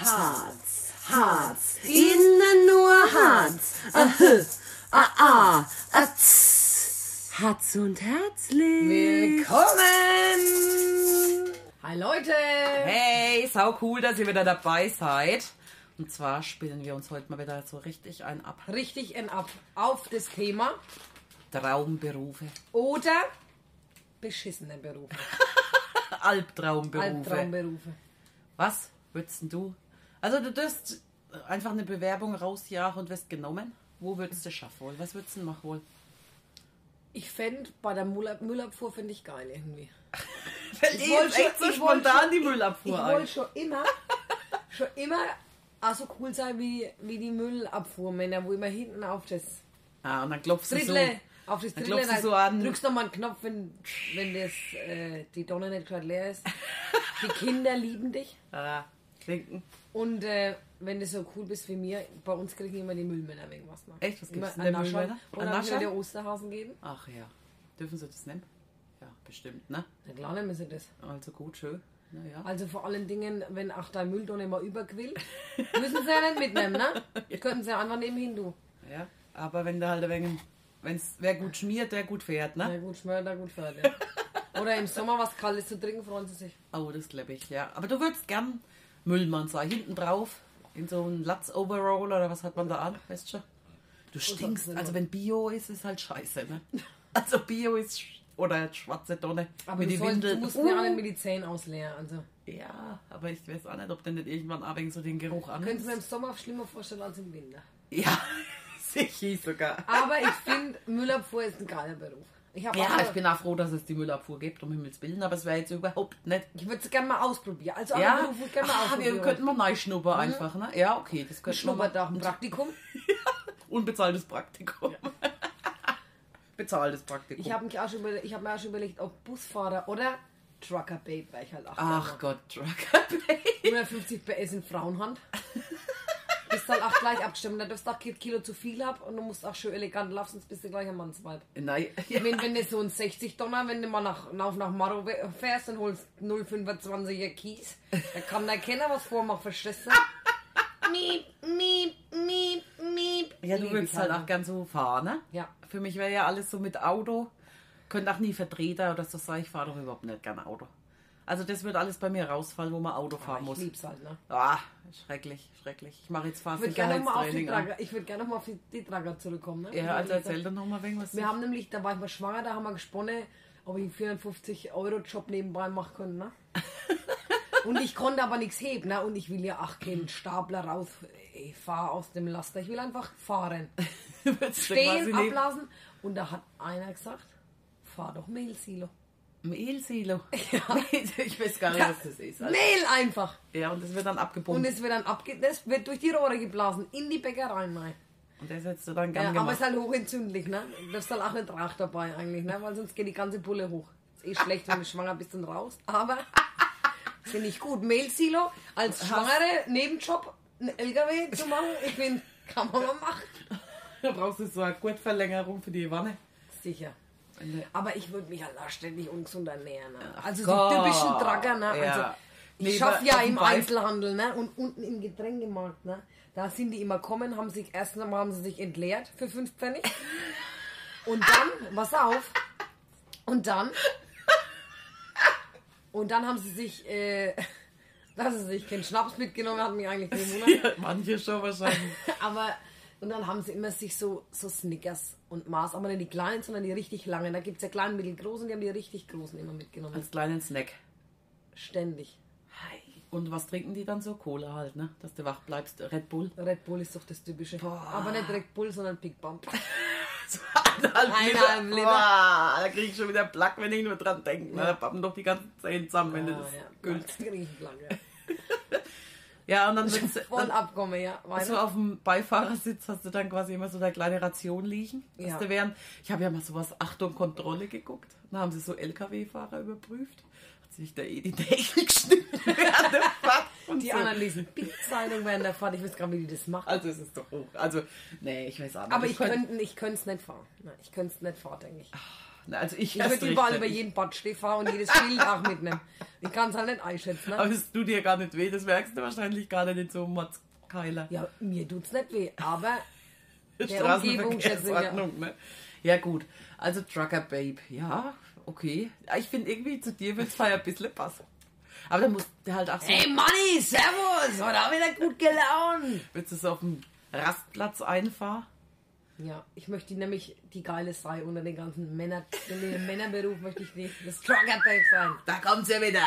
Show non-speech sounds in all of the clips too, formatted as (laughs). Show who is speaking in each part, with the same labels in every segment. Speaker 1: Harz, Harz, innen nur Harz. Ahö, aa, atz. Harz und herzlich.
Speaker 2: Willkommen! Hi Leute!
Speaker 3: Hey, sau cool, dass ihr wieder dabei seid. Und zwar spielen wir uns heute mal wieder so richtig ein ab.
Speaker 2: Richtig in ab auf das Thema
Speaker 3: Traumberufe.
Speaker 2: oder beschissene Berufe,
Speaker 3: Albtraumberufe.
Speaker 2: Albtraumberufe.
Speaker 3: Was würdest denn du? Also du dürst einfach eine Bewerbung rausjagen und wirst genommen. Wo würdest du schaffen wollen? Was würdest du denn machen wollen?
Speaker 2: Ich fände bei der Müll- Müllabfuhr finde ich geil irgendwie.
Speaker 3: Fällt
Speaker 2: Ich wollt schon- ich wollt schon-
Speaker 3: die
Speaker 2: Ich
Speaker 3: Müllabfuhr
Speaker 2: wollte schon immer, schon immer auch so cool sein wie, wie die Müllabfuhrmänner, wo immer hinten auf das
Speaker 3: Ah, und dann klopfst du so.
Speaker 2: Drittle, auf das
Speaker 3: Dann
Speaker 2: Drittle,
Speaker 3: klopfst du so an.
Speaker 2: drückst nochmal einen Knopf, wenn, wenn das, äh, die Donne nicht gerade
Speaker 3: (laughs)
Speaker 2: leer ist. Die Kinder lieben dich.
Speaker 3: Ah, klinken.
Speaker 2: Und äh, wenn du so cool bist wie mir, bei uns kriegen immer die Müllmänner wegen was. Ne?
Speaker 3: Echt? Was gibt's
Speaker 2: immer
Speaker 3: denn der
Speaker 2: an Naschal.
Speaker 3: Müllmänner?
Speaker 2: Und
Speaker 3: An
Speaker 2: dann wieder
Speaker 3: Naschal?
Speaker 2: der Osterhasen geben.
Speaker 3: Ach ja. Dürfen sie das nehmen? Ja, bestimmt, ne?
Speaker 2: Na klar nehmen sie das.
Speaker 3: Also gut, schön. Naja.
Speaker 2: Also vor allen Dingen, wenn auch dein Mülltonne mal
Speaker 3: (laughs)
Speaker 2: überquillt, müssen sie ja nicht mitnehmen, ne? Könnten sie ja einfach nebenhin, du.
Speaker 3: Ja, aber wenn da halt wegen, wenn's wer gut schmiert, der gut fährt,
Speaker 2: Na
Speaker 3: ne?
Speaker 2: gut, schmört, na gut, fertig.
Speaker 3: (laughs)
Speaker 2: Oder im Sommer was Kaltes zu trinken, freuen sie sich.
Speaker 3: Oh, das glaube ich, ja. Aber du würdest gern Müllmann sein, hinten drauf, in so einem Latz-Overall oder was hat man da an, weißt schon? Du stinkst,
Speaker 2: Müllmann.
Speaker 3: also wenn Bio ist, ist halt scheiße, ne? (laughs) Also Bio ist, sch- oder schwarze Tonne
Speaker 2: Aber
Speaker 3: mit
Speaker 2: du,
Speaker 3: die
Speaker 2: sollst,
Speaker 3: Windel.
Speaker 2: du musst
Speaker 3: Uh.
Speaker 2: mir alle mit die Zähne ausleeren. Also,
Speaker 3: Ja, aber ich weiß auch nicht, ob der nicht irgendwann auch wegen so den Geruch an.
Speaker 2: könntest du mir im Sommer schlimmer vorstellen als im Winter.
Speaker 3: Ja, sicher sogar.
Speaker 2: Aber ich finde,
Speaker 3: (laughs)
Speaker 2: Müllabfuhr ist ein geiler Beruf. Ich, hab
Speaker 3: Ja,
Speaker 2: auch-
Speaker 3: ich bin auch froh, dass es die Müllabfuhr gibt, um Himmels Willen, aber es wäre jetzt überhaupt nicht
Speaker 2: Ich würde es gerne mal ausprobieren. Also
Speaker 3: Ja,
Speaker 2: alle Berufe gerne mal
Speaker 3: ah, wir
Speaker 2: ausprobieren.
Speaker 3: könnten mal reinschnuppern einfach, ne? Ja, okay, das könnten wir
Speaker 2: Schnuppert
Speaker 3: mal.
Speaker 2: auch ein Praktikum.
Speaker 3: Unbezahltes Praktikum. Bezahltes Praktikum.
Speaker 2: Ich habe mich auch schon überlegt, ich habe mir auch schon überlegt, ob Busfahrer oder Trucker Babe, weil ich halt auch
Speaker 3: Ach Gott, Trucker Bay.
Speaker 2: 150 PS in Frauenhand. Bist dann auch gleich abgestimmt. Da darfst du auch kein Kilo zu viel haben und du musst auch schön elegant laufen, sonst bist du gleich ein Mannsweib.
Speaker 3: (laughs) Nein, ja.
Speaker 2: Wenn, wenn du so ein 60 Donner, wenn du mal nach, nach, nach Maro we- fährst und holst 025er Kies, da kann der Kenner was vormachen, verstehst
Speaker 3: Ah!
Speaker 2: du? miep, miep, miep, miep.
Speaker 3: ja, du
Speaker 2: Lieb
Speaker 3: würdest
Speaker 2: ich
Speaker 3: halt auch gern so fahren, ne?
Speaker 2: Ja.
Speaker 3: Für mich wäre ja alles so mit Auto. Könnte auch nie Vertreter oder so sein. Ich fahre doch überhaupt nicht gerne Auto. Also das wird alles bei mir rausfallen, wo man Auto
Speaker 2: Aber
Speaker 3: fahren muss.
Speaker 2: Ich lieb's halt, ne?
Speaker 3: Ah, schrecklich, schrecklich. Ich mache jetzt
Speaker 2: Ich würde gerne nochmal auf, die
Speaker 3: Fahrsicherheitstraining an.
Speaker 2: Trager- ich würd gern noch mal auf die die Trager zurückkommen. Ne?
Speaker 3: Ja, also erzähl doch nochmal wegen was. (laughs)
Speaker 2: Wir haben nämlich, da war ich mal schwanger, da haben wir gesponnen, ob ich einen 450-Euro-Job nebenbei machen kann.
Speaker 3: (laughs)
Speaker 2: Ne? Und ich konnte aber nichts heben. Ne? Und ich will ja auch keinen Stapler raus, ich fahr aus dem Laster. Ich will einfach fahren.
Speaker 3: Würdest du quasi
Speaker 2: Stehen,
Speaker 3: neben-
Speaker 2: ablassen. Und da hat einer gesagt, fahr doch Mehlsilo.
Speaker 3: Mehlsilo. (laughs) ich weiß gar nicht, was das ist. Also,
Speaker 2: Mehl einfach.
Speaker 3: ja, und das wird dann
Speaker 2: Und
Speaker 3: abgepumpt.
Speaker 2: es wird dann abge das wird durch die Rohre geblasen, in die Bäckerei rein.
Speaker 3: Und das hättest du dann
Speaker 2: Ja,
Speaker 3: gern
Speaker 2: aber es
Speaker 3: gemacht.
Speaker 2: ist halt hochentzündlich, ne? Du darfst halt auch nicht Rauch dabei eigentlich, ne? Weil sonst geht die ganze Pulle hoch. Ist eh schlecht,
Speaker 3: (laughs)
Speaker 2: wenn du schwanger bist und raus. Aber (laughs) finde ich gut. Mehlsilo als Schwangere, Nebenjob, einen LKW zu machen, ich bin, kann man mal machen.
Speaker 3: (laughs) Da brauchst du so eine Gurtverlängerung für die Wanne.
Speaker 2: Sicher. Aber ich würde mich halt auch ständig ungesund ernähren. Ne? Also
Speaker 3: Gott.
Speaker 2: die typischen Tracker, ne? Also,
Speaker 3: Ja.
Speaker 2: Ich
Speaker 3: Nee,
Speaker 2: schaffe
Speaker 3: aber
Speaker 2: ja
Speaker 3: auf dem
Speaker 2: im
Speaker 3: Bike-
Speaker 2: Einzelhandel ne? und unten im Getränkemarkt. Ne? Da sind die immer kommen, haben sich erst einmal haben sie sich entleert für 5 Pfennig. Und
Speaker 3: (laughs)
Speaker 2: dann, pass auf, und dann, und dann haben sie sich, äh, (laughs) dass sie sich keinen Schnaps mitgenommen hat mich eigentlich gewundert.
Speaker 3: (laughs) Manche schon wahrscheinlich.
Speaker 2: (laughs) Aber, und dann haben sie immer sich so, so Snickers und Mars, aber nicht die kleinen, sondern die richtig langen. Da gibt es ja kleinen, mittelgroßen, die haben die richtig großen immer mitgenommen.
Speaker 3: Als kleinen Snack.
Speaker 2: Ständig.
Speaker 3: Und was trinken die dann so? Cola halt, ne? Dass du wach bleibst. Red Bull. (laughs)
Speaker 2: Red Bull ist doch das Typische. Aber nicht Red Bull, sondern Big Bump.
Speaker 3: Eineinhalb
Speaker 2: Eineinhalb Liter.
Speaker 3: Boah, da krieg ich schon wieder Plack, wenn ich nur dran denke. Ne? Da pappen doch die ganzen Zähne zusammen, wenn du
Speaker 2: Ah,
Speaker 3: das
Speaker 2: ja.
Speaker 3: kühlst.
Speaker 2: Da krieg ich
Speaker 3: (laughs)
Speaker 2: einen Plan, ja.
Speaker 3: Ja, und dann, (laughs) willst du-
Speaker 2: Voll
Speaker 3: dann
Speaker 2: abkommen, ja. Weiter.
Speaker 3: so auf dem Beifahrersitz hast du dann quasi immer so eine kleine Ration liegen. dass
Speaker 2: Ja.
Speaker 3: du während, ich habe ja mal sowas Achtung Kontrolle geguckt. Da haben sie so LKW-Fahrer überprüft. Hat sich da eh die Nägel (laughs) geschnitten während der Fahrt. Und
Speaker 2: die
Speaker 3: so.
Speaker 2: anderen lesen Bildzeitung während der Fahrt. Ich weiß gar nicht, wie die das machen.
Speaker 3: Also es ist doch hoch. Also, nee, ich weiß auch nicht.
Speaker 2: aber ich
Speaker 3: könnt-
Speaker 2: könnte es nicht fahren. Nein, ich könnte es nicht fahren, denke ich.
Speaker 3: Na, Also ich,
Speaker 2: Ich
Speaker 3: erst
Speaker 2: würde
Speaker 3: recht
Speaker 2: überall
Speaker 3: nicht.
Speaker 2: über jeden Badstee fahren und jedes Bild auch mitnehmen. Ich kann es halt nicht einschätzen. Ne?
Speaker 3: Aber es tut dir gar nicht weh, das merkst du wahrscheinlich gar nicht in so einem Motzkeiler.
Speaker 2: Ja, mir tut's nicht weh, aber der Umgebung schätze ich, ja.
Speaker 3: Straßenverkehrsordnung, ne? Ja gut, also Trucker Babe, ja, okay. Ah, Ich finde irgendwie, zu dir wird's es ein bisschen passen. Aber dann musst du halt auch so,
Speaker 2: Hey Manni, Servus! Heute auch wieder gut gelaunt!
Speaker 3: willst du so auf dem Rastplatz einfahren?
Speaker 2: Ja, ich möchte die nämlich die geile sein unter den ganzen Männern. In den Männerberuf möchte ich nicht das Trucker Babe sein.
Speaker 3: Da kommt sie wieder.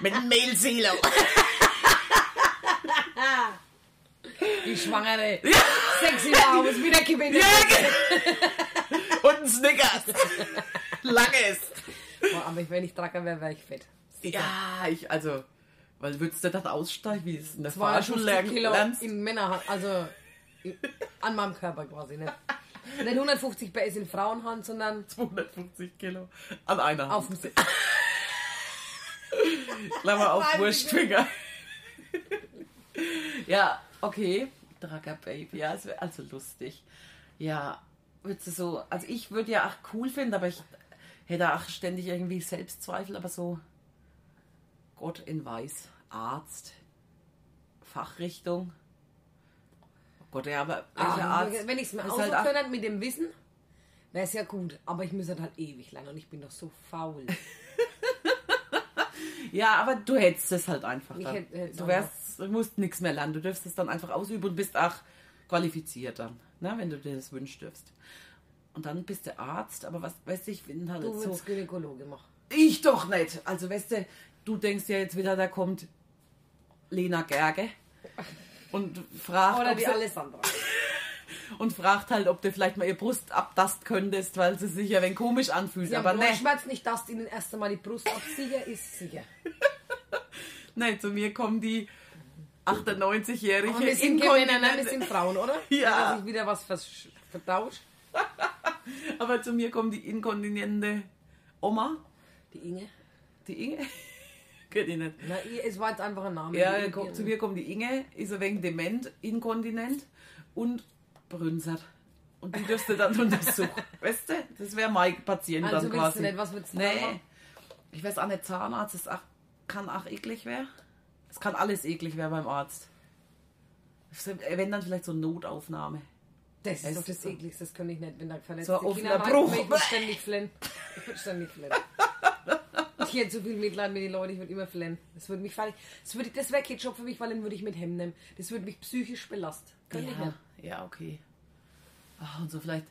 Speaker 3: Mit dem Mehlsilo.
Speaker 2: Die Schwangere. Sexy Maus, wieder Kippe in den
Speaker 3: (laughs) Und ein Snickers. Langes.
Speaker 2: Boah, aber ich- wenn ich Trucker wäre, wäre ich fett.
Speaker 3: Ja, ich, also, weil würdest du das aussteigen, wie es in der
Speaker 2: War schon
Speaker 3: Fahrschule lern-
Speaker 2: Kilo
Speaker 3: lernst?
Speaker 2: in Männerhand, also in, an meinem Körper quasi. Nicht, nicht 150 PS in Frauenhand, sondern
Speaker 3: 250 Kilo an einer
Speaker 2: auf
Speaker 3: Hand.
Speaker 2: dem...
Speaker 3: (laughs) Klammer auf
Speaker 2: Nein, (laughs)
Speaker 3: Wurstfinger. ja, okay. Dracker Babe, ja, es wäre also lustig. Ja, würdest du so, also ich würde ja auch cool finden, aber ich hätte auch ständig irgendwie Selbstzweifel, aber so Gott in Weiß, Arzt, Fachrichtung. Oh Gott, ja, aber welcher
Speaker 2: Ah,
Speaker 3: Arzt?
Speaker 2: wenn ich es mir
Speaker 3: Ist halt
Speaker 2: aussuchen
Speaker 3: auch-
Speaker 2: könnte mit dem Wissen, wäre es ja gut. Aber ich müsste halt ewig lang und ich bin doch so faul.
Speaker 3: Ja, aber du hättest es halt einfach.
Speaker 2: Ich
Speaker 3: Dann.
Speaker 2: hätte- hätte es
Speaker 3: du wärst, du musst nichts mehr lernen. Du dürfst es dann einfach ausüben und bist auch qualifiziert dann, ne, wenn du dir das wünschst dürfst. Und dann bist du Arzt, aber was, weißt du, ich bin halt
Speaker 2: Du
Speaker 3: so.
Speaker 2: würdest Gynäkologe machen.
Speaker 3: Ich doch nicht. Also, weißt du, du denkst ja jetzt wieder, da kommt Lena Gerge und fragt,
Speaker 2: Oder
Speaker 3: ob
Speaker 2: die
Speaker 3: sie-
Speaker 2: Alessandra.
Speaker 3: und fragt halt, ob du vielleicht mal ihr Brust abtasten könntest, weil sie sich ja wenn komisch anfühlt.
Speaker 2: Die
Speaker 3: aber
Speaker 2: haben
Speaker 3: ne,
Speaker 2: Ohrenschmerz nicht, dass ihnen erst einmal die Brust absicher ist sicher.
Speaker 3: ne, zu mir kommen die 98-jährige
Speaker 2: Und wir sind keine Männer, wir sind Frauen, oder?
Speaker 3: (laughs) Ja.
Speaker 2: Dass ich wieder was versch- vertauscht.
Speaker 3: Aber zu mir kommt die inkontinente Oma,
Speaker 2: Die Inge.
Speaker 3: die Inge. (laughs) Kennt ihr nicht.
Speaker 2: Na, ihr- es war jetzt einfach ein Name.
Speaker 3: Ja,
Speaker 2: Die Inge.
Speaker 3: ko- zu mir kommt die Inge, ist ein wenig dement, inkontinent und brünsert. Und die dürfte dann
Speaker 2: (laughs)
Speaker 3: untersuchen. Weißt du, das wäre mein Patient
Speaker 2: Also
Speaker 3: dann
Speaker 2: willst
Speaker 3: quasi.
Speaker 2: du nicht, was willst du dann
Speaker 3: nee.
Speaker 2: machen?
Speaker 3: Ich weiß auch nicht, Zahnarzt ist auch, kann auch eklig werden. Es kann alles eklig werden beim Arzt. Wenn dann vielleicht so Notaufnahme.
Speaker 2: Das ist doch das
Speaker 3: ist so-
Speaker 2: Ekligste, das könnte ich nicht, wenn da verletzt
Speaker 3: So ein offener Bruch.
Speaker 2: Ich würde ständig flennen. Ich würde
Speaker 3: (laughs)
Speaker 2: ständig flennen. Ich hätte so viel Mitleid mit den Leuten, ich würde immer flennen. Das würde mich fertig. Das, würde, das wäre kein Job für mich, weil dann würde ich mit Hemd nehmen. Das würde mich psychisch belasten. Könnte ich
Speaker 3: Ja,
Speaker 2: nicht.
Speaker 3: ja, okay. Ah, und so vielleicht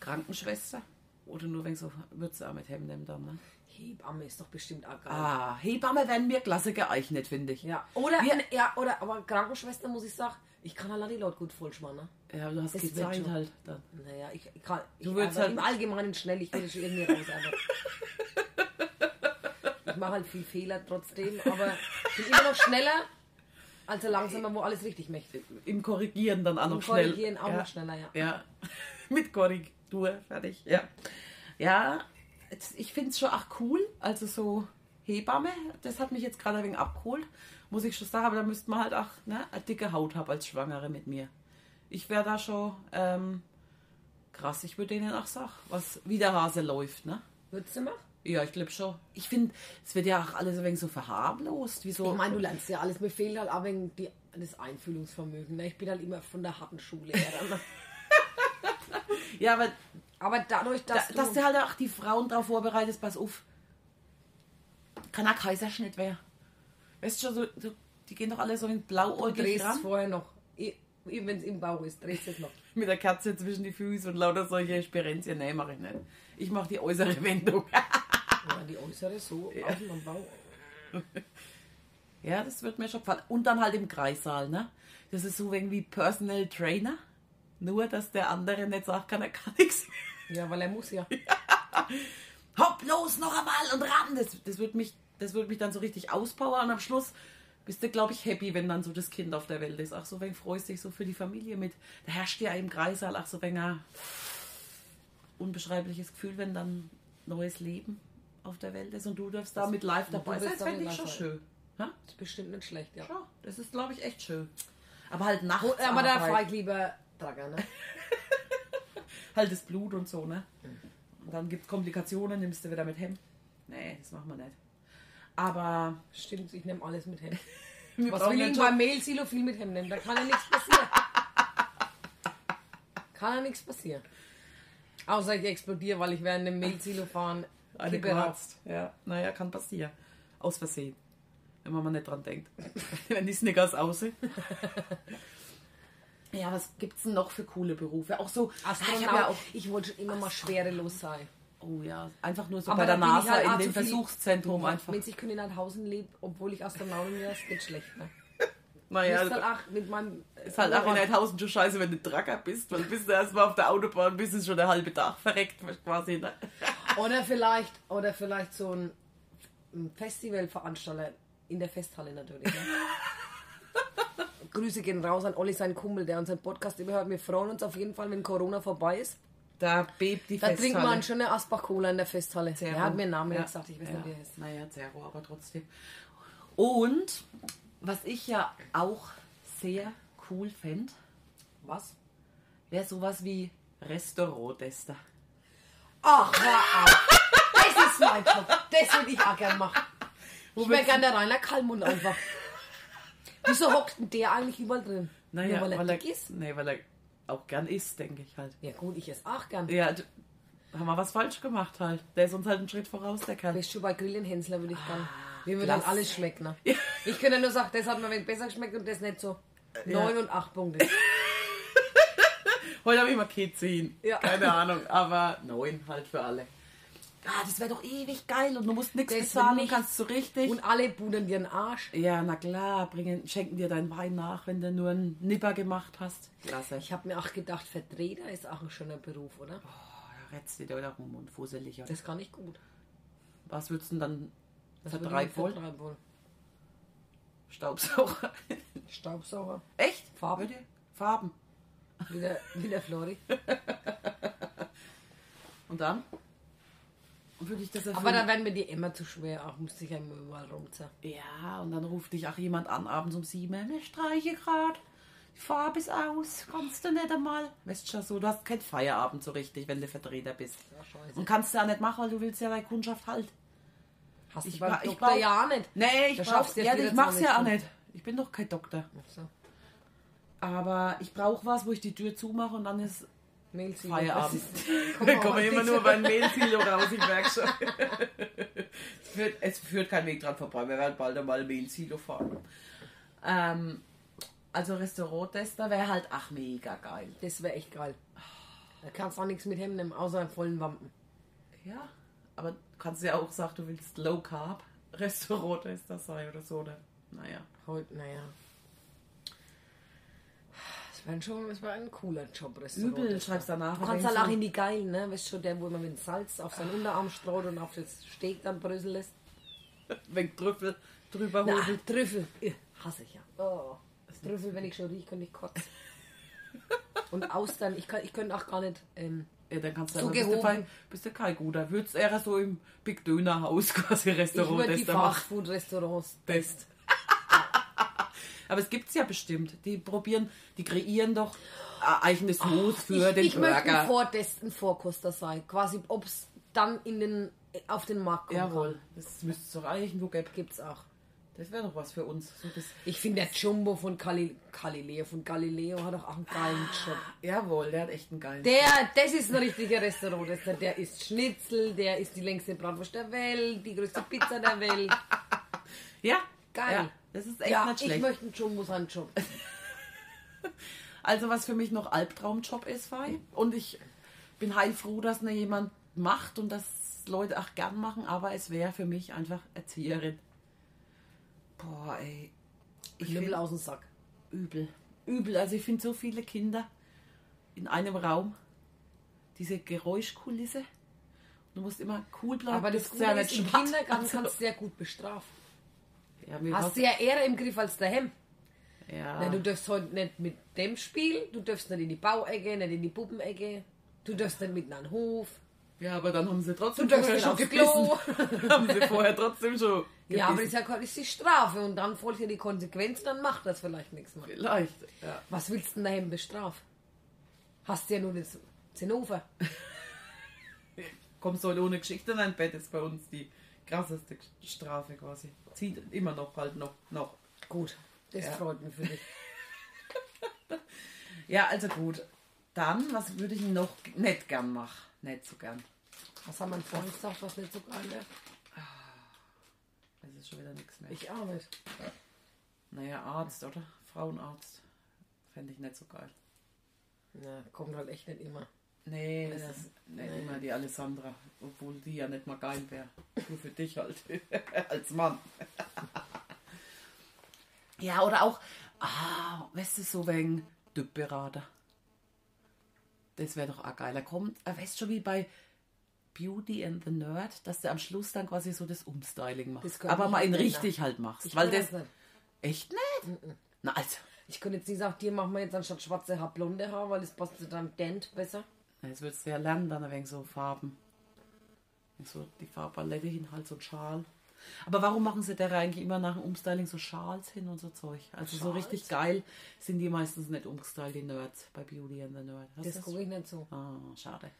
Speaker 3: Krankenschwester? Oder nur wenn so, würdest du auch mit Hemd nehmen dann, ne?
Speaker 2: Hebamme ist doch bestimmt auch geil.
Speaker 3: Ah, Hebamme wären mir klasse geeignet, finde ich.
Speaker 2: Ja, oder, ne,
Speaker 3: Wir-
Speaker 2: ja, oder, aber Krankenschwester muss ich sagen, ich kann allein die Leute gut vollschmannen. Ne?
Speaker 3: Ja, du hast
Speaker 2: Das
Speaker 3: keine
Speaker 2: wird
Speaker 3: Zeit
Speaker 2: schon.
Speaker 3: halt dann.
Speaker 2: Naja, ich, ich kann. Ich
Speaker 3: Du würdest
Speaker 2: aber
Speaker 3: halt-
Speaker 2: Im Allgemeinen schnell, ich würde schon irgendwie raus. Aber ich mache halt viel Fehler trotzdem, aber ich bin immer noch schneller als ein langsamer, wo alles richtig möchte.
Speaker 3: Im Korrigieren dann auch noch schnell.
Speaker 2: Korrigieren auch
Speaker 3: ja.
Speaker 2: noch schneller, ja.
Speaker 3: Ja, (laughs) mit Korrektur, fertig, ja. Ja, jetzt- ich finde es schon auch cool, also so Hebamme, das hat mich jetzt gerade ein wenig abgeholt, muss ich schon sagen, aber da müsste man halt auch ne, eine dicke Haut haben als Schwangere mit mir. Ich wäre da schon ähm, krass, ich würde denen auch sagen, was wie der Hase läuft, ne?
Speaker 2: Würdest du machen?
Speaker 3: Ja, ich glaube schon. Ich finde, es wird ja auch alles ein wenig so verharmlost, wie so...
Speaker 2: Ich meine, du lernst ja alles. Mir fehlt halt auch wegen die, das Einfühlungsvermögen. Ne? Ich bin halt immer von der harten Schule her. ne?
Speaker 3: ja, aber
Speaker 2: Aber dadurch, dass,
Speaker 3: Da, dass du halt auch die Frauen darauf vorbereitest, pass auf. Kann ein Kaiserschnitt werden. Weißt du schon, so, so, die gehen doch alle so in
Speaker 2: du
Speaker 3: blauäugig
Speaker 2: drehst es
Speaker 3: ran.
Speaker 2: vorher noch. Wenn es im Bauch ist, drehst du es noch.
Speaker 3: Mit der Kerze zwischen die Füße und lauter solche Sperenzien. Nee, mach ich nicht. Ich mach die äußere Wendung. (laughs)
Speaker 2: Ja, die äußere so, außen am Bauch.
Speaker 3: ja, das wird mir schon gefallen. Und dann halt im Kreissaal, ne? Das ist so irgendwie Personal Trainer. Nur, dass der andere nicht sagt, kann er gar nichts.
Speaker 2: Ja, weil er muss ja.
Speaker 3: Hopp, los, noch einmal und ran. Das, das wird mich, das wird mich dann so richtig auspowern. Und am Schluss bist du, glaube ich, happy, wenn dann so das Kind auf der Welt ist. Ach so, wenn freust dich so für die Familie mit. Da herrscht ja im Kreissaal, ach so, wenn ah, unbeschreibliches Gefühl, wenn dann neues Leben auf der Welt ist und du darfst damit live dabei
Speaker 2: du
Speaker 3: sein.
Speaker 2: bist
Speaker 3: Das fände
Speaker 2: damit
Speaker 3: ich schon
Speaker 2: live
Speaker 3: schön. Ja?
Speaker 2: Ist bestimmt nicht schlecht, ja.
Speaker 3: Ja, das ist, glaube ich, echt schön. Aber halt nachts.
Speaker 2: Aber da
Speaker 3: arbeiten.
Speaker 2: fahre ich lieber Tracker, ne?
Speaker 3: halt das Blut und so, ne? Und dann gibt es Komplikationen, nimmst du wieder mit Hemd. Nee, das machen wir nicht. Aber
Speaker 2: Stimmt, ich nehme alles mit Hemd.
Speaker 3: (laughs) wir
Speaker 2: Was
Speaker 3: brauchen
Speaker 2: will
Speaker 3: ja
Speaker 2: ich
Speaker 3: schon-
Speaker 2: beim Mehlsilo viel mit Hemd nehmen? Da kann ja nichts passieren. kann ja nichts passieren. Außer ich explodiere, weil ich während dem Mehlsilo fahren
Speaker 3: Eine
Speaker 2: Kippe rauche.
Speaker 3: geratzt. Ja, naja, kann passieren. Aus Versehen. Wenn man mal nicht dran denkt. (laughs) Wenn die Snickers aussehen. (laughs) ja, was gibt's denn noch für coole Berufe? Auch so ah,
Speaker 2: Astronaut.
Speaker 3: ich
Speaker 2: Ich,
Speaker 3: hab ja auch,
Speaker 2: wollte schon immer mal schwerelos sein.
Speaker 3: oh ja, einfach nur so bei der
Speaker 2: dann bin ich
Speaker 3: NASA
Speaker 2: halt auch
Speaker 3: in dem
Speaker 2: zu viel-
Speaker 3: Versuchszentrum
Speaker 2: Wenn-
Speaker 3: einfach.
Speaker 2: Wenn ich in Nordhausen lebe, obwohl ich Astronautin wäre, ist nicht schlecht. Ne?
Speaker 3: Naja,
Speaker 2: ist halt auch mit meinem.
Speaker 3: also
Speaker 2: äh,
Speaker 3: ist halt auch in 1000 schon scheiße, wenn du Tracker bist, weil bist du erstmal auf der Autobahn, bist du schon der halbe Tag verreckt quasi. Ne?
Speaker 2: Oder vielleicht, oder vielleicht so ein ein Festivalveranstalter in der Festhalle natürlich. Ne? Grüße gehen raus an Olli, seinen Kumpel, der unseren Podcast überhört. Wir freuen uns auf jeden Fall, wenn Corona vorbei ist.
Speaker 3: Da bebt die
Speaker 2: Da
Speaker 3: Festhalle.
Speaker 2: trinken wir einen schönen Asbach-Cola in der Festhalle.
Speaker 3: Zero.
Speaker 2: Er hat mir einen Namen
Speaker 3: Ja.
Speaker 2: gesagt, ich weiß
Speaker 3: ja.
Speaker 2: nicht, wie er heißt.
Speaker 3: Naja, Zero, aber trotzdem. Und was ich ja auch sehr cool fände,
Speaker 2: Was?
Speaker 3: wäre sowas wie Restaurant-Tester.
Speaker 2: Ach, hör auf. Das ist mein Job. Das würde ich auch gern machen. Ich wäre gern der Rainer Kallmund einfach. Wieso hockt denn der eigentlich überall drin? Nur weil er dick ist?
Speaker 3: Nee, weil er auch gern isst, denke ich halt.
Speaker 2: Ja gut, ich esse auch gern.
Speaker 3: Ja, d- haben wir was falsch gemacht halt. Der ist uns halt einen Schritt voraus, der Kerl.
Speaker 2: Bist du bei Grillenhänsler, würde ich gern. Mir würde dann
Speaker 3: Ah, klasse.
Speaker 2: alles schmecken.
Speaker 3: (laughs)
Speaker 2: Ne? Ich könnte nur sagen, das hat mir wenig besser geschmeckt und das nicht so.
Speaker 3: Äh,
Speaker 2: Neun und acht
Speaker 3: (laughs)
Speaker 2: Punkte.
Speaker 3: Heute habe ich mal K10.
Speaker 2: Ja.
Speaker 3: Keine Ahnung, aber neun halt für alle. Ah, das wäre doch ewig geil und du musst nichts
Speaker 2: Das
Speaker 3: bezahlen und
Speaker 2: nicht.
Speaker 3: kannst so richtig.
Speaker 2: Und alle pudern dir den Arsch.
Speaker 3: Ja, na klar, bringen, schenken dir deinen Wein nach, wenn du nur einen Nipper gemacht hast. oh, Klasse.
Speaker 2: Ich habe mir auch gedacht, Vertreter ist auch ein schöner Beruf, oder?
Speaker 3: Da retzt die da rum und fusselig.
Speaker 2: Das kann ich gut.
Speaker 3: Was würdest du denn dann
Speaker 2: Das würde ich
Speaker 3: verdreifeln?
Speaker 2: verdreifeln.
Speaker 3: Staubsauger. (laughs)
Speaker 2: Staubsauger.
Speaker 3: Echt?
Speaker 2: Farben.
Speaker 3: Würde? Farben.
Speaker 2: Wie der, wie
Speaker 3: (laughs)
Speaker 2: der Flori.
Speaker 3: Und dann? Würde ich das erfüllen?
Speaker 2: Aber da werden mir die immer zu schwer. Auch muss ich ja immer überall rumziehen.
Speaker 3: ja, und dann ruft dich auch jemand an, abends um sieben. Ich streiche gerade. Die Farbe ist aus. Kannst du nicht einmal. Weißt du, so, du hast keinen Feierabend so richtig, wenn du Vertreter bist.
Speaker 2: Ja, scheiße.
Speaker 3: Und kannst du ja nicht machen, weil du willst ja deine Kundschaft halt.
Speaker 2: Hast
Speaker 3: Ich
Speaker 2: du beim
Speaker 3: war- ich
Speaker 2: Doktor
Speaker 3: war-
Speaker 2: ja auch nicht.
Speaker 3: Nee, ich
Speaker 2: Da
Speaker 3: brauch's
Speaker 2: schaffst du
Speaker 3: ja,
Speaker 2: jetzt
Speaker 3: ich
Speaker 2: wieder
Speaker 3: mach's ja auch
Speaker 2: 20
Speaker 3: nicht. Ich bin doch kein Doktor.
Speaker 2: Ach So.
Speaker 3: Aber ich brauche was, wo ich die Tür zumache und dann ist
Speaker 2: Mehlsieb.
Speaker 3: Feierabend. (laughs)
Speaker 2: Das Komm
Speaker 3: Wir
Speaker 2: mal,
Speaker 3: kommen immer
Speaker 2: Dixi.
Speaker 3: nur beim Mehlsilo raus, ich merke
Speaker 2: (laughs)
Speaker 3: schon. es, führt, es führt kein Weg dran vorbei, wir werden bald einmal Mehlsilo fahren. Ähm, also Restauranttester wäre halt ach mega geil.
Speaker 2: Das wäre echt geil. Da kannst du auch nichts mit Hemden nehmen, außer einen vollen Wampen.
Speaker 3: Ja, aber du kannst ja auch sagen, du willst Low Carb Restauranttester sein oder so, ne? Naja.
Speaker 2: Heute, naja. Das wäre schon das wär ein cooler Job. Restaurant.
Speaker 3: Übel, schreibst danach.
Speaker 2: Du kannst
Speaker 3: aber
Speaker 2: halt auch
Speaker 3: denkst
Speaker 2: in die Geilen, ne? Weißt schon, der, wo man mit Salz auf seinen Unterarm streut und auf das Steak dann bröseln lässt.
Speaker 3: du, wenn Trüffel drüber
Speaker 2: Na,
Speaker 3: holt.
Speaker 2: Trüffel. Ih, Hasse ich ja. Oh. Das Trüffel, wenn ich schon rieche, könnte ich (laughs) kotzen. Und Austern, ich, kann, ich könnte auch gar nicht. Ähm,
Speaker 3: Ja, dann kannst du
Speaker 2: So
Speaker 3: aber, bist, du
Speaker 2: gehoben.
Speaker 3: kein, bist du kein guter. Würdest eher so im Big Döner Haus (laughs) quasi
Speaker 2: ich
Speaker 3: Restaurant
Speaker 2: würde die
Speaker 3: Tester machen.
Speaker 2: Fastfood-Restaurants.
Speaker 3: Best. (laughs) Aber es gibt's ja bestimmt. Die probieren, die kreieren doch ein eigenes Moos für
Speaker 2: ich,
Speaker 3: den
Speaker 2: ich möchte ein
Speaker 3: Burger.
Speaker 2: Vortest, ein Vorkoster sein. Quasi, ob es dann in den, auf den Markt kommt.
Speaker 3: Jawohl, das müsste es doch eigentlich irgendwo geben.
Speaker 2: Gibt's auch.
Speaker 3: Das wäre doch was für uns. So das
Speaker 2: Ich finde, der Jumbo von Galil Galileo, von Galileo hat auch einen geilen Job.
Speaker 3: Jawohl, der hat echt einen geilen.
Speaker 2: Der, das ist ein richtiger Restaurant. Das, der ist Schnitzel, der ist die längste Bratwurst der Welt, die größte Pizza der Welt.
Speaker 3: ja,
Speaker 2: Geil.
Speaker 3: Ja, das ist echt
Speaker 2: ja,
Speaker 3: nicht
Speaker 2: ich
Speaker 3: schlecht.
Speaker 2: möchte einen Jumbo seinen Job.
Speaker 3: Also was für mich noch Albtraumjob ist, Fei. Und ich bin heilfroh, dass mir jemand macht und dass Leute auch gern machen, aber es wäre für mich einfach Erzieherin. Boah, ey. Ich
Speaker 2: Knüppel
Speaker 3: find-
Speaker 2: aus dem Sack.
Speaker 3: übel. Übel. Also ich finde so viele Kinder in einem Raum. Diese Geräuschkulisse. Du musst immer cool bleiben.
Speaker 2: Aber das
Speaker 3: bist
Speaker 2: Gute
Speaker 3: ja
Speaker 2: ist,
Speaker 3: nicht
Speaker 2: im
Speaker 3: schwach.
Speaker 2: Kindergarten
Speaker 3: Also-
Speaker 2: kannst du sehr gut bestrafen.
Speaker 3: ja, mir
Speaker 2: Hast
Speaker 3: war's-
Speaker 2: du ja eher im Griff als daheim.
Speaker 3: ja.
Speaker 2: Nein, du darfst heute nicht mit dem Spiel, du darfst nicht in die Bauecke, nicht in die Puppenecke, du darfst nicht mitten an den Hof.
Speaker 3: ja, aber dann haben sie trotzdem
Speaker 2: Du darfst
Speaker 3: vorher
Speaker 2: nicht auf die
Speaker 3: aufgebissen. (laughs) haben sie vorher trotzdem schon
Speaker 2: Ja, aber das
Speaker 3: gebissen.
Speaker 2: ist ja keine- das ist die Strafe und dann folgt ja die Konsequenz, dann macht das vielleicht nichts mehr.
Speaker 3: Vielleicht, ja.
Speaker 2: Was willst du denn daheim bestrafen? Hast ja nur das Zinnober.
Speaker 3: Kommst du halt ohne Geschichte in dein Bett, ist bei uns die krasseste Strafe quasi. Zieht immer noch, halt noch, noch.
Speaker 2: Gut, das
Speaker 3: Ja.
Speaker 2: freut mich für dich.
Speaker 3: Ja, also gut. Dann, was würde ich noch g- nicht gern machen? Nicht so gern.
Speaker 2: Was haben wir vorhin gesagt, was nicht so geil wäre?
Speaker 3: Das ist schon wieder nichts mehr.
Speaker 2: Ich auch nicht.
Speaker 3: naja, Arzt, oder? Frauenarzt. Fände ich nicht so geil.
Speaker 2: Na, kommt halt echt nicht immer.
Speaker 3: Nee, das
Speaker 2: Ja.
Speaker 3: ist nicht immer die Alessandra, obwohl die ja nicht mal geil wäre. Nur für dich halt, (laughs) als Mann. (laughs) ja, oder auch, ah, weißt du, so wegen Typberater. Das wäre doch auch geil. Da kommt, äh, weißt du, schon wie bei Beauty and the Nerd, dass du am Schluss dann quasi so das Umstyling
Speaker 2: Das
Speaker 3: machst.
Speaker 2: kann
Speaker 3: Aber
Speaker 2: ich
Speaker 3: mal in
Speaker 2: nicht ändern.
Speaker 3: richtig halt machst.
Speaker 2: Ich
Speaker 3: weil
Speaker 2: kann
Speaker 3: das,
Speaker 2: das nicht. Mm,
Speaker 3: echt nicht? Na, also,
Speaker 2: Ich könnte jetzt nicht sagen, dir machen wir jetzt anstatt schwarze Haar blonde Haar, weil das passt zu deinem Dent besser.
Speaker 3: jetzt würdest du ja lernen, dann ein wenig so Farben. So die Farbpalette hin, halt so ein Schal. Aber warum machen sie da eigentlich immer nach dem Umstyling so Schals hin und so Zeug? Also so richtig geil sind die meistens nicht umgestylt, die Nerds bei Beauty and the Nerd. Hast
Speaker 2: Das
Speaker 3: du
Speaker 2: gucke ich nicht so.
Speaker 3: Ah, schade.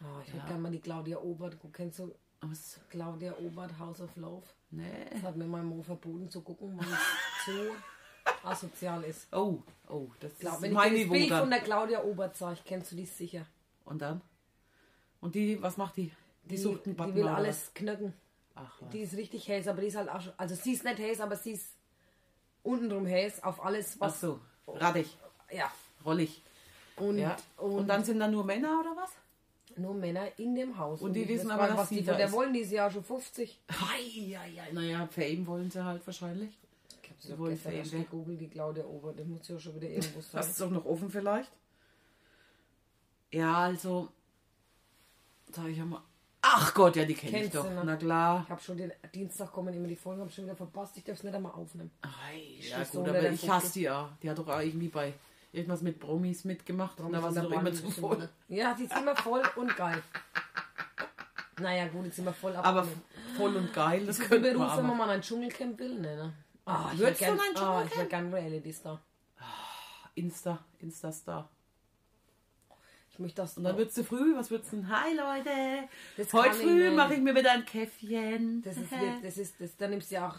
Speaker 2: Ah, ich würde gerne mal die Claudia Obert gucken. Kennst du
Speaker 3: Aber es,
Speaker 2: Claudia Obert, House of Love?
Speaker 3: nee.
Speaker 2: Das hat mir mein Mo verboten zu gucken, weil
Speaker 3: (laughs)
Speaker 2: es zu asozial ist.
Speaker 3: Oh, oh, das
Speaker 2: Glaub,
Speaker 3: ist
Speaker 2: wenn ich
Speaker 3: mein
Speaker 2: dir das
Speaker 3: Niveau
Speaker 2: Bild von
Speaker 3: dann.
Speaker 2: der Claudia Obert zeige, kennst du die sicher.
Speaker 3: Und dann? Und die, was macht die? Die,
Speaker 2: Die,
Speaker 3: sucht einen Button
Speaker 2: die will
Speaker 3: oder was?
Speaker 2: alles knöcken.
Speaker 3: Ach, was.
Speaker 2: Die ist richtig häs, aber die ist halt auch schon, also sie ist nicht häs, aber sie ist untenrum häs auf alles,
Speaker 3: Ach
Speaker 2: was,
Speaker 3: so, radig,
Speaker 2: ja.
Speaker 3: rollig.
Speaker 2: Und,
Speaker 3: Ja. Und,
Speaker 2: und,
Speaker 3: dann sind da nur Männer oder was?
Speaker 2: nur Männer in dem Haus.
Speaker 3: Und die
Speaker 2: ich
Speaker 3: wissen
Speaker 2: weiß
Speaker 3: aber,
Speaker 2: gar nicht,
Speaker 3: dass
Speaker 2: was
Speaker 3: sie
Speaker 2: die
Speaker 3: da
Speaker 2: von der
Speaker 3: ist.
Speaker 2: wollen, die ist ja schon 50.
Speaker 3: Heieiei. Naja, Fame wollen sie halt wahrscheinlich.
Speaker 2: Ich hab
Speaker 3: Die
Speaker 2: sie doch
Speaker 3: wollen
Speaker 2: gestern erst
Speaker 3: Fame.
Speaker 2: gegoogelt, die Claudia Obert, das muss ja
Speaker 3: (laughs)
Speaker 2: schon wieder irgendwo
Speaker 3: Das
Speaker 2: sein.
Speaker 3: ist auch noch offen vielleicht. Ja, also. Sag ich ja mal. Ach Gott, ja, die kenne ich
Speaker 2: Kennst du
Speaker 3: doch.
Speaker 2: noch?
Speaker 3: Na klar.
Speaker 2: Ich habe schon den Dienstag kommen immer die Folgen, habe schon wieder verpasst, ich darf es nicht einmal aufnehmen.
Speaker 3: Ei,
Speaker 2: Ich
Speaker 3: ja,
Speaker 2: muss so
Speaker 3: gut,
Speaker 2: unter
Speaker 3: aber
Speaker 2: der
Speaker 3: ich
Speaker 2: Fuchtel.
Speaker 3: hasse die ja. Die hat doch auch irgendwie bei irgendwas mit Promis mitgemacht. und da war sie doch immer zu voll.
Speaker 2: Ja, die ist immer voll
Speaker 3: (laughs)
Speaker 2: und geil. Naja, gut, jetzt sind wir voll
Speaker 3: Aber
Speaker 2: abgenommen.
Speaker 3: voll und geil, das
Speaker 2: Ich würde
Speaker 3: könnte man.
Speaker 2: beruflich
Speaker 3: Aber.
Speaker 2: mal ein Dschungelcamp will, ne? Ah, ich
Speaker 3: Würdest
Speaker 2: wär
Speaker 3: du
Speaker 2: gern-
Speaker 3: mal ein
Speaker 2: Ah, ich wäre gern Reality-Star.
Speaker 3: Insta, Insta-Star.
Speaker 2: Ich möchte das.
Speaker 3: Und dann würdest du früh, was würdest du denn? Hi Leute,
Speaker 2: Oh. Das
Speaker 3: heute
Speaker 2: kann ich
Speaker 3: früh
Speaker 2: nicht.
Speaker 3: mache ich mir wieder ein Käffchen. (laughs)
Speaker 2: das ist, das das ist, das, dann nimmst du ja auch,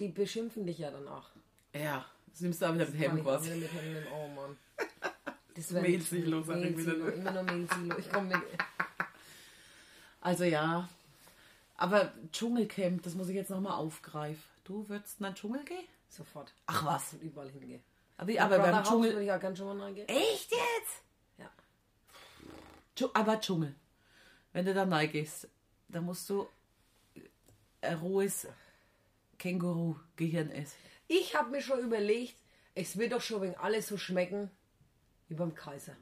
Speaker 2: die beschimpfen dich ja dann auch.
Speaker 3: ja, das nimmst du auch wieder mit
Speaker 2: Kann
Speaker 3: Hemd
Speaker 2: ich
Speaker 3: quasi.
Speaker 2: auch wieder mit Hemden, oh Mann.
Speaker 3: (laughs)
Speaker 2: Das
Speaker 3: Mehlsilo, sag ich
Speaker 2: Mehlsilo,
Speaker 3: wieder.
Speaker 2: immer nur Mehlsilo. Ich komme mit.
Speaker 3: Also ja. Aber Dschungelcamp, das muss ich jetzt nochmal aufgreifen. Du würdest in den Dschungel gehen?
Speaker 2: Sofort.
Speaker 3: Ach Oh was.
Speaker 2: Und überall hingehen.
Speaker 3: Aber, aber beim
Speaker 2: Würde
Speaker 3: Dschungel.
Speaker 2: ich auch gern schon mal reingehen.
Speaker 3: Echt jetzt?
Speaker 2: Ja.
Speaker 3: Dschu- Aber Dschungel. Wenn du da rein gehst, da musst du äh, ein rohes Känguru-Gehirn essen.
Speaker 2: Ich habe mir schon überlegt, es wird doch schon wegen alles so schmecken wie
Speaker 3: (laughs)
Speaker 2: beim Kaiser.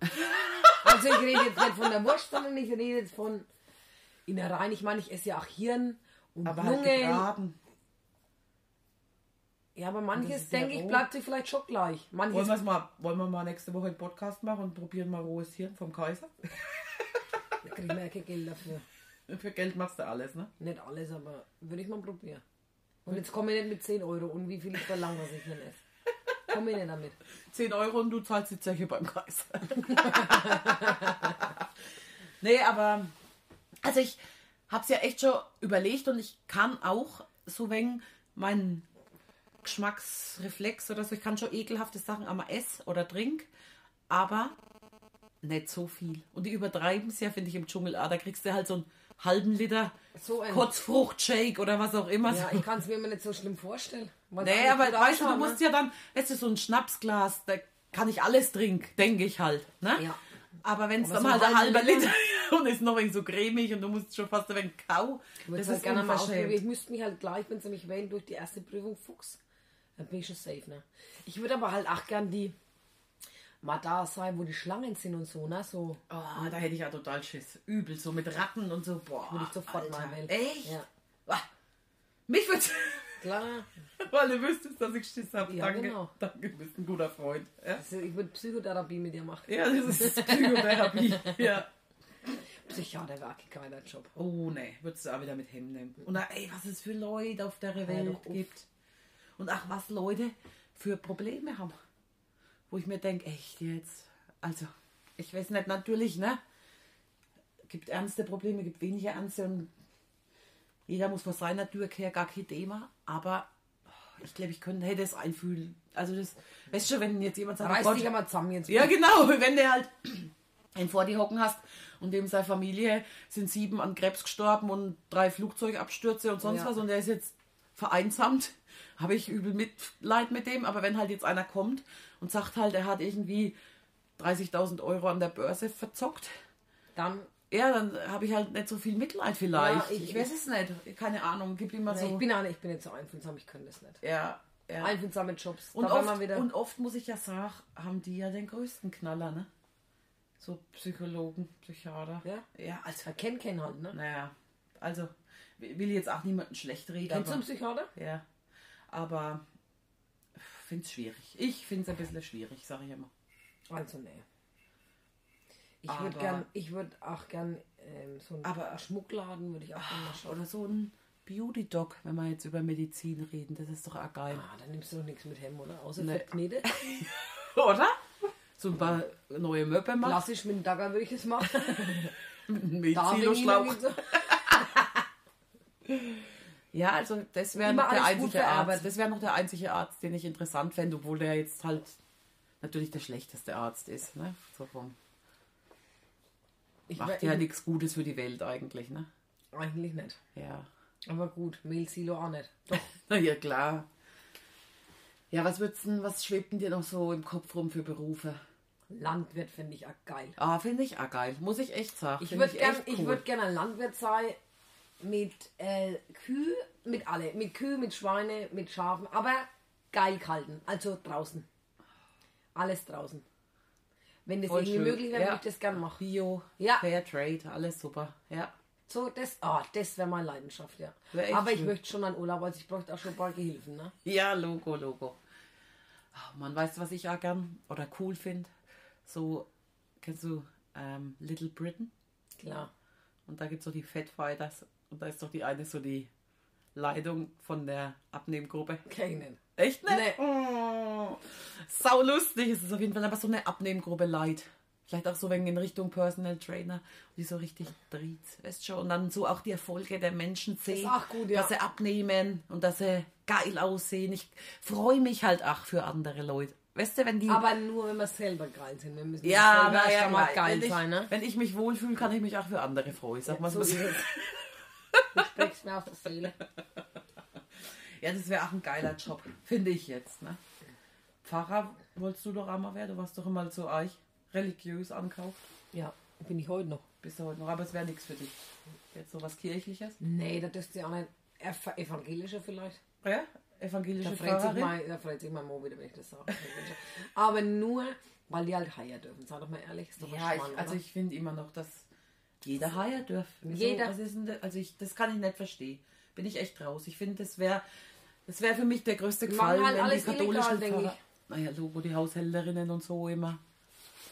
Speaker 2: also ich rede jetzt nicht von der Wurst, sondern ich rede jetzt von Innereien. Ich meine, ich esse ja auch Hirn und
Speaker 3: halt
Speaker 2: Lungen. ja, aber
Speaker 3: Das
Speaker 2: manches,
Speaker 3: ist ja
Speaker 2: denke ich,
Speaker 3: roh.
Speaker 2: bleibt dir vielleicht schon gleich. Manches,
Speaker 3: Wollen, wir's mal, wollen wir mal nächste Woche einen Podcast machen und probieren mal rohes Hirn vom Kaiser? (laughs)
Speaker 2: da kriegen wir ja kein Geld dafür.
Speaker 3: Für Geld machst du alles, ne?
Speaker 2: Nicht alles, aber würde ich mal probieren. Und jetzt komme ich nicht mit 10 Euro und wie viel ich verlange, was ich denn esse. Komme ich nicht damit.
Speaker 3: 10 Euro und du zahlst die Zeche beim Kaiser. (laughs) nee, aber also ich hab's ja echt schon überlegt und ich kann auch so wegen meinen Geschmacksreflex oder so, ich kann schon ekelhafte Sachen einmal ess oder trink, aber nicht so viel. Und die übertreiben es ja, finde ich, im Dschungel. Ah, da kriegst du halt so einen halben Liter
Speaker 2: So ein-
Speaker 3: Kotzfruchtshake oder was auch immer.
Speaker 2: Ja, ich kann es mir immer nicht so schlimm vorstellen. Weil es
Speaker 3: Also Nee,
Speaker 2: alles
Speaker 3: aber
Speaker 2: gut
Speaker 3: weißt du, du
Speaker 2: ausschaut, ne?
Speaker 3: musst ja dann, weißt du, so ein Schnapsglas, da kann ich alles trinken, denke ich halt. Ne?
Speaker 2: Ja.
Speaker 3: Aber wenn es
Speaker 2: Aber
Speaker 3: dann
Speaker 2: so
Speaker 3: halt
Speaker 2: einen
Speaker 3: ein halber
Speaker 2: halben
Speaker 3: Liter (laughs) und ist noch irgendwie so cremig und du musst schon fast ein wenig kau,
Speaker 2: Ich würde
Speaker 3: das
Speaker 2: es halt
Speaker 3: ist
Speaker 2: gerne mal ausprobieren. Ich
Speaker 3: unverschämt.
Speaker 2: müsste mich halt gleich, wenn sie mich wählen, durch die erste Prüfung Fuchs. Dann bin ich schon safe, ne? Ich würde aber halt auch gern die mal da sein, wo die Schlangen sind und so, ne? So
Speaker 3: Oh, da hätte ich ja total Schiss. Übel, so mit Ratten und so. Boah,
Speaker 2: würde ich sofort
Speaker 3: Alter.
Speaker 2: mal wählen.
Speaker 3: Echt?
Speaker 2: Ja.
Speaker 3: Ah, Mich würde
Speaker 2: Klar.
Speaker 3: (laughs) weil du wüsstest, dass ich Schiss habe.
Speaker 2: Ja,
Speaker 3: danke,
Speaker 2: genau.
Speaker 3: danke, du bist ein guter Freund. Ja,
Speaker 2: Also ich würde Psychotherapie mit dir machen.
Speaker 3: ja das
Speaker 2: (laughs)
Speaker 3: ist Psychotherapie. ja.
Speaker 2: Psychiater wäre auch kein geiler Job.
Speaker 3: Oh ne, würdest du auch wieder mit Hemd nehmen. Und ach, ey, was es für Leute auf der
Speaker 2: Ja,
Speaker 3: Welt
Speaker 2: doch, uff.
Speaker 3: gibt. Und ach, was Leute für Probleme haben. Wo ich mir denke, echt jetzt. Also, ich weiß nicht, natürlich, ne? gibt ernste Probleme, gibt weniger ernste und jeder muss was seiner Tür her, gar kein Thema. Aber oh, ich glaube, ich könnte, hätte es einfühlen. Also das, weißt du, wenn jetzt jemand sagt, oh
Speaker 2: Reiß
Speaker 3: Gott,
Speaker 2: dich einmal zusammen jetzt.
Speaker 3: ja, genau. (laughs) Wenn der halt einen vor dir hocken hast und dem seine Familie sind sieben an Krebs gestorben und drei Flugzeugabstürze und sonst
Speaker 2: Ja.
Speaker 3: was und der ist jetzt vereinsamt, (laughs) habe ich übel Mitleid mit dem. Aber wenn halt jetzt einer kommt und sagt halt, er hat irgendwie 30.000 Euro an der Börse verzockt,
Speaker 2: Dann,
Speaker 3: ja, dann habe ich halt nicht so viel Mitleid vielleicht.
Speaker 2: Ja, ich-
Speaker 3: ich, weiß es nicht. Keine Ahnung. Gibt immer so.
Speaker 2: ich bin auch nicht, ich bin nicht so einfühlsam, ich kann das nicht.
Speaker 3: ja, Also ja.
Speaker 2: Einfühlsame Jobs.
Speaker 3: Und
Speaker 2: da war
Speaker 3: oft,
Speaker 2: man wieder.
Speaker 3: und oft muss ich ja sagen, haben die ja den größten Knaller, ne? So Psychologen, Psychiater.
Speaker 2: Ja?
Speaker 3: Ja, also,
Speaker 2: Ja, kennt keinen halt, ne?
Speaker 3: naja, also, w- will jetzt auch niemanden schlecht reden.
Speaker 2: Kennst du einen
Speaker 3: aber,
Speaker 2: Psychiater?
Speaker 3: ja, aber find's schwierig. Ich find's ein bisschen schwierig, sage ich immer.
Speaker 2: Also, nee. Ich
Speaker 3: Aber-
Speaker 2: würde gern, ich würde auch gern ähm, so einen
Speaker 3: Aber-
Speaker 2: Schmuckladen würde ich auch gerne mal schauen.
Speaker 3: Oder so ein Beauty-Doc, wenn wir jetzt über Medizin reden, das ist doch auch geil.
Speaker 2: Ah, dann nimmst du doch nichts mit Hemd, oder? Außer
Speaker 3: Nee.
Speaker 2: nee.
Speaker 3: (laughs)
Speaker 2: Knete.
Speaker 3: Oder? So ein paar neue Möppe machen,
Speaker 2: Klassisch mit dem Dagger würde ich es machen.
Speaker 3: (laughs) einen
Speaker 2: Da bin ich
Speaker 3: Medizinerschlauch.
Speaker 2: nicht so.
Speaker 3: Ja, also das wäre
Speaker 2: Immer
Speaker 3: noch der
Speaker 2: alles gut
Speaker 3: einzige Arzt.
Speaker 2: verarbeitet.
Speaker 3: Das wäre noch der einzige Arzt, den ich interessant fände, obwohl der jetzt halt natürlich der schlechteste Arzt ist. Ne? So vom,
Speaker 2: Ich
Speaker 3: macht
Speaker 2: wär-
Speaker 3: ja nichts Gutes für die halt Welt eigentlich, ne?
Speaker 2: Eigentlich nicht.
Speaker 3: (laughs) Ja.
Speaker 2: Aber gut, Mehlsilo auch nicht. Doch.
Speaker 3: Na ja, klar. Ja, was würdest denn, was schwebt denn dir noch so im Kopf rum für Berufe?
Speaker 2: Landwirt finde ich auch geil.
Speaker 3: Ah, finde ich auch geil. Muss ich echt sagen.
Speaker 2: Ich
Speaker 3: Finde
Speaker 2: würde gern,
Speaker 3: echt
Speaker 2: ich
Speaker 3: cool.
Speaker 2: würd gern ein Landwirt sein mit äh, Kühe, mit alle, mit Kühe, mit Schweine, mit Schafen, aber geil kalten, also draußen. Alles draußen. Wenn das
Speaker 3: Voll
Speaker 2: irgendwie
Speaker 3: schön.
Speaker 2: möglich wäre,
Speaker 3: Ja.
Speaker 2: würde ich das gern machen.
Speaker 3: Bio,
Speaker 2: Ja.
Speaker 3: Fair Trade, alles super. Ja.
Speaker 2: So, das, ah, das wäre meine Leidenschaft, ja.
Speaker 3: Wär echt
Speaker 2: Aber ich
Speaker 3: schön.
Speaker 2: möchte schon einen Urlaub, also ich bräuchte auch schon ein paar Gehilfen, ne?
Speaker 3: Ja, Logo, Logo. Ach, Mann, weißt du, was ich auch gern oder cool finde? So, kennst du ähm, Little Britain?
Speaker 2: Klar.
Speaker 3: Und da gibt es so die Fat Fighters. Und da ist doch die eine so die Leitung von der Abnehmgruppe.
Speaker 2: Keinen.
Speaker 3: Echt, ne?
Speaker 2: Nee.
Speaker 3: Oh, sau lustig ist es auf jeden Fall. Aber so eine Abnehmgruppe leid. Vielleicht auch so wegen in Richtung Personal Trainer, die so richtig dreht, weißt schon. Und dann so auch die Erfolge der Menschen sehen,
Speaker 2: auch gut, ja.
Speaker 3: dass sie abnehmen und dass sie geil aussehen. Ich freue mich halt auch für andere Leute. Weißt du, wenn die...
Speaker 2: Aber nur, wenn wir selber geil sind. Wir müssen
Speaker 3: ja,
Speaker 2: selber
Speaker 3: aber ja,
Speaker 2: schon mal
Speaker 3: klar.
Speaker 2: geil
Speaker 3: wenn, ich,
Speaker 2: sein, ne?
Speaker 3: wenn ich mich wohlfühle, kann ich mich auch für andere freuen. Sag mal
Speaker 2: So
Speaker 3: so.
Speaker 2: ist es. Du sprichst mir auf der Seele.
Speaker 3: Ja, das wäre auch ein geiler Job, finde ich jetzt. Ne? Pfarrer wolltest du doch einmal werden, du warst doch immer so eich religiös ankauft.
Speaker 2: Ja, bin ich heute noch.
Speaker 3: Bist du heute noch, aber es wäre nichts für dich. Jetzt so was Kirchliches.
Speaker 2: Nee, das ist ja auch nicht. Ev- Evangelische vielleicht.
Speaker 3: Ja,
Speaker 2: Da
Speaker 3: evangelische
Speaker 2: freut, sich
Speaker 3: Pfarrerin.
Speaker 2: mein, da freut sich mein Mo wieder, wenn ich das sage. Aber nur, weil die halt heier dürfen. Sei doch mal ehrlich. Ist doch
Speaker 3: Ja,
Speaker 2: Schmarrn,
Speaker 3: ich, also
Speaker 2: oder?
Speaker 3: ich finde immer noch, dass jeder heiern dürfen.
Speaker 2: Jeder.
Speaker 3: Was ist denn das? Also ich, das kann ich nicht verstehen. Bin ich echt raus. Ich finde, das wäre das wäre für mich der größte
Speaker 2: Die machen
Speaker 3: Gefallen,
Speaker 2: halt
Speaker 3: wenn die
Speaker 2: alles
Speaker 3: katholischen
Speaker 2: illegal, denk
Speaker 3: Pfarrer... Naja, Logo, die Haushälterinnen und so immer.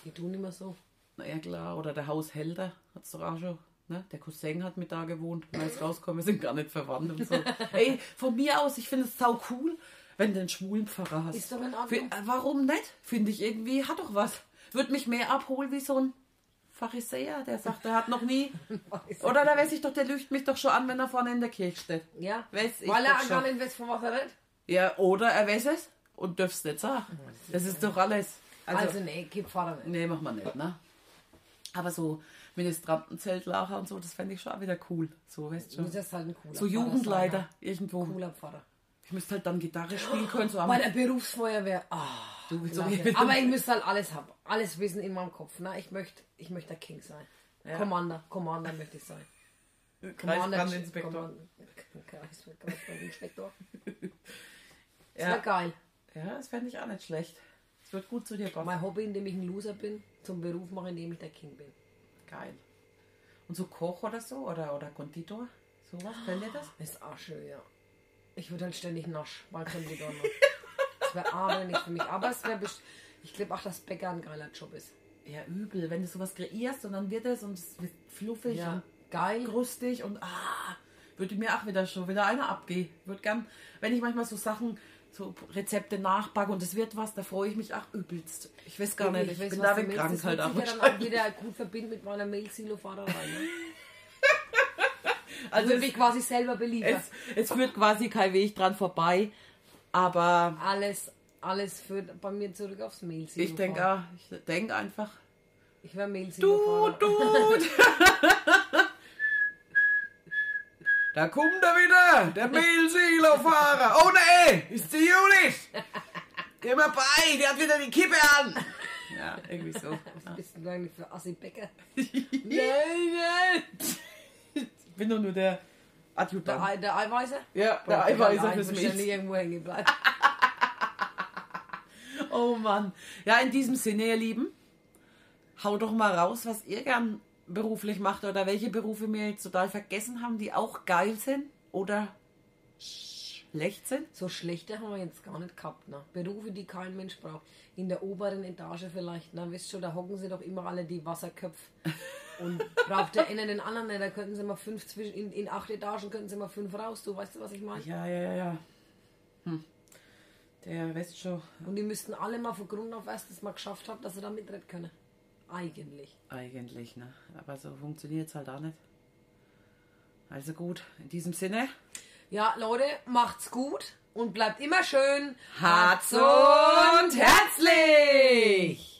Speaker 2: Die tun immer so.
Speaker 3: Naja, klar, oder der Haushälter hat es doch auch schon. Ne? Der Cousin hat mit da gewohnt. Wenn wir jetzt rauskommen, wir sind gar nicht verwandt
Speaker 2: (laughs)
Speaker 3: und so. Ey, von mir aus, ich finde es sau cool, wenn du einen schwulen Pfarrer hast.
Speaker 2: Ist doch in Ordnung.
Speaker 3: Fi- äh, warum nicht? Finde ich irgendwie, hat doch was. Würde mich mehr abholen wie so ein Pharisäer, der sagt, er hat noch nie. Oder da weiß ich doch, der lügt mich doch schon an, wenn er vorne in der Kirche steht.
Speaker 2: Ja,
Speaker 3: Weiß ich
Speaker 2: weil
Speaker 3: doch
Speaker 2: er auch
Speaker 3: schon.
Speaker 2: gar nicht weiß, von was er redet.
Speaker 3: Ja, oder er weiß es und dürf's nicht sagen. Das ist doch alles.
Speaker 2: Also, nee, gib Vater nicht.
Speaker 3: Nee, machen wir nicht, ne? Aber so Ministrantenzeltlacher und so, das fände ich schon auch wieder cool. So, weißt du?
Speaker 2: Muss jetzt halt ein cooler
Speaker 3: So
Speaker 2: Pfarrer
Speaker 3: Jugendleiter
Speaker 2: sein,
Speaker 3: irgendwo.
Speaker 2: ne? Cooler Pfarrer.
Speaker 3: Ich müsste halt dann (gasps) Gitarre spielen können, so am
Speaker 2: Bei der Berufsfeuerwehr. Ah,
Speaker 3: Du willst doch
Speaker 2: Latte.
Speaker 3: nicht-
Speaker 2: aber ich müsste halt alles haben. Alles wissen in meinem Kopf. Ne? Ich möchte ich möcht der King sein.
Speaker 3: Ja.
Speaker 2: Commander. Commander möchte ich sein.
Speaker 3: Kreisbrandinspektor. (laughs)
Speaker 2: Kreisbrandinspektor. Das
Speaker 3: Ja.
Speaker 2: wäre geil.
Speaker 3: ja, das fände ich auch nicht schlecht. Es wird gut zu dir passen.
Speaker 2: Mein Hobby, indem ich ein Loser bin, zum Beruf mache, indem ich der King bin.
Speaker 3: Geil. Und so Koch oder so oder, oder Konditor? Sowas, fällt dir das?
Speaker 2: Ist auch schön, ja. Ich würde halt ständig nasch, mal können die doch noch. Das wäre aber nicht für mich. Aber es wäre best- Ich glaube auch, dass Bäcker ein geiler Job ist.
Speaker 3: Ja, übel. Wenn du sowas kreierst und dann wird es und es wird fluffig
Speaker 2: Ja.
Speaker 3: und
Speaker 2: Geil.
Speaker 3: krustig und ah, würde mir auch wieder schon wieder einer abgehen. Würde gern, wenn ich manchmal so Sachen, so Rezepte nachbacken und es wird was, da freue ich mich auch übelst. Ich weiß gar nicht, ich,
Speaker 2: weiß,
Speaker 3: bin
Speaker 2: was
Speaker 3: da
Speaker 2: du
Speaker 3: weg
Speaker 2: meinst.
Speaker 3: krank
Speaker 2: Das
Speaker 3: halt
Speaker 2: wird
Speaker 3: auch.
Speaker 2: sich ja dann auch wieder gut verbinden mit meiner Mail-Silo-Fahrerei. Ne? Also
Speaker 3: (laughs) Also
Speaker 2: ich mich quasi selber beliefern.
Speaker 3: es, es führt quasi kein Weg dran vorbei, aber
Speaker 2: Alles, alles führt bei mir zurück aufs Mail-Silo.
Speaker 3: ich denke auch, ich denke einfach,
Speaker 2: Ich wäre
Speaker 3: du,
Speaker 2: Mail-Silo-Fahrer.
Speaker 3: du. (laughs) Da kommt er wieder, der Mehlsilo-Fahrer. Ohne E ist die Judith. Geh mal bei, die hat wieder die Kippe an. Ja, irgendwie so.
Speaker 2: (laughs) Was bist denn du eigentlich für Assi-Bäcker?
Speaker 3: (laughs) nein, nein. Ich bin doch nur der
Speaker 2: Der,
Speaker 3: Adjutant.
Speaker 2: Ei- der Eiweißer?
Speaker 3: ja, der
Speaker 2: Boah,
Speaker 3: Eiweißer
Speaker 2: Eiweiß
Speaker 3: fürs
Speaker 2: ist ja nicht
Speaker 3: Milch.
Speaker 2: irgendwo hängen bleiben.
Speaker 3: Oh Mann. Ja, in diesem Sinne, ihr Lieben, hau doch mal raus, was ihr gern beruflich macht oder welche Berufe wir jetzt total vergessen haben, die auch geil sind oder schlecht sind.
Speaker 2: So schlechte haben wir jetzt gar nicht gehabt. Ne? Berufe, die kein Mensch braucht. In der oberen Etage vielleicht. Ne? Wisst schon, da hocken sie doch immer alle die Wasserköpfe. Und braucht der eine den anderen nicht. Da könnten sie mal fünf zwischen, in, in acht Etagen könnten sie mal fünf raus. Du weißt, was ich meine?
Speaker 3: Ja, ja, ja, ja. Hm. Der Westshow.
Speaker 2: Und die müssten alle mal von Grund auf erst das mal geschafft haben, dass sie da mitreden können. Eigentlich.
Speaker 3: Eigentlich, ne? Aber so funktioniert es halt auch nicht. Also gut, in diesem Sinne.
Speaker 2: Ja, Leute, macht's gut und bleibt immer schön.
Speaker 3: Herz und herzlich!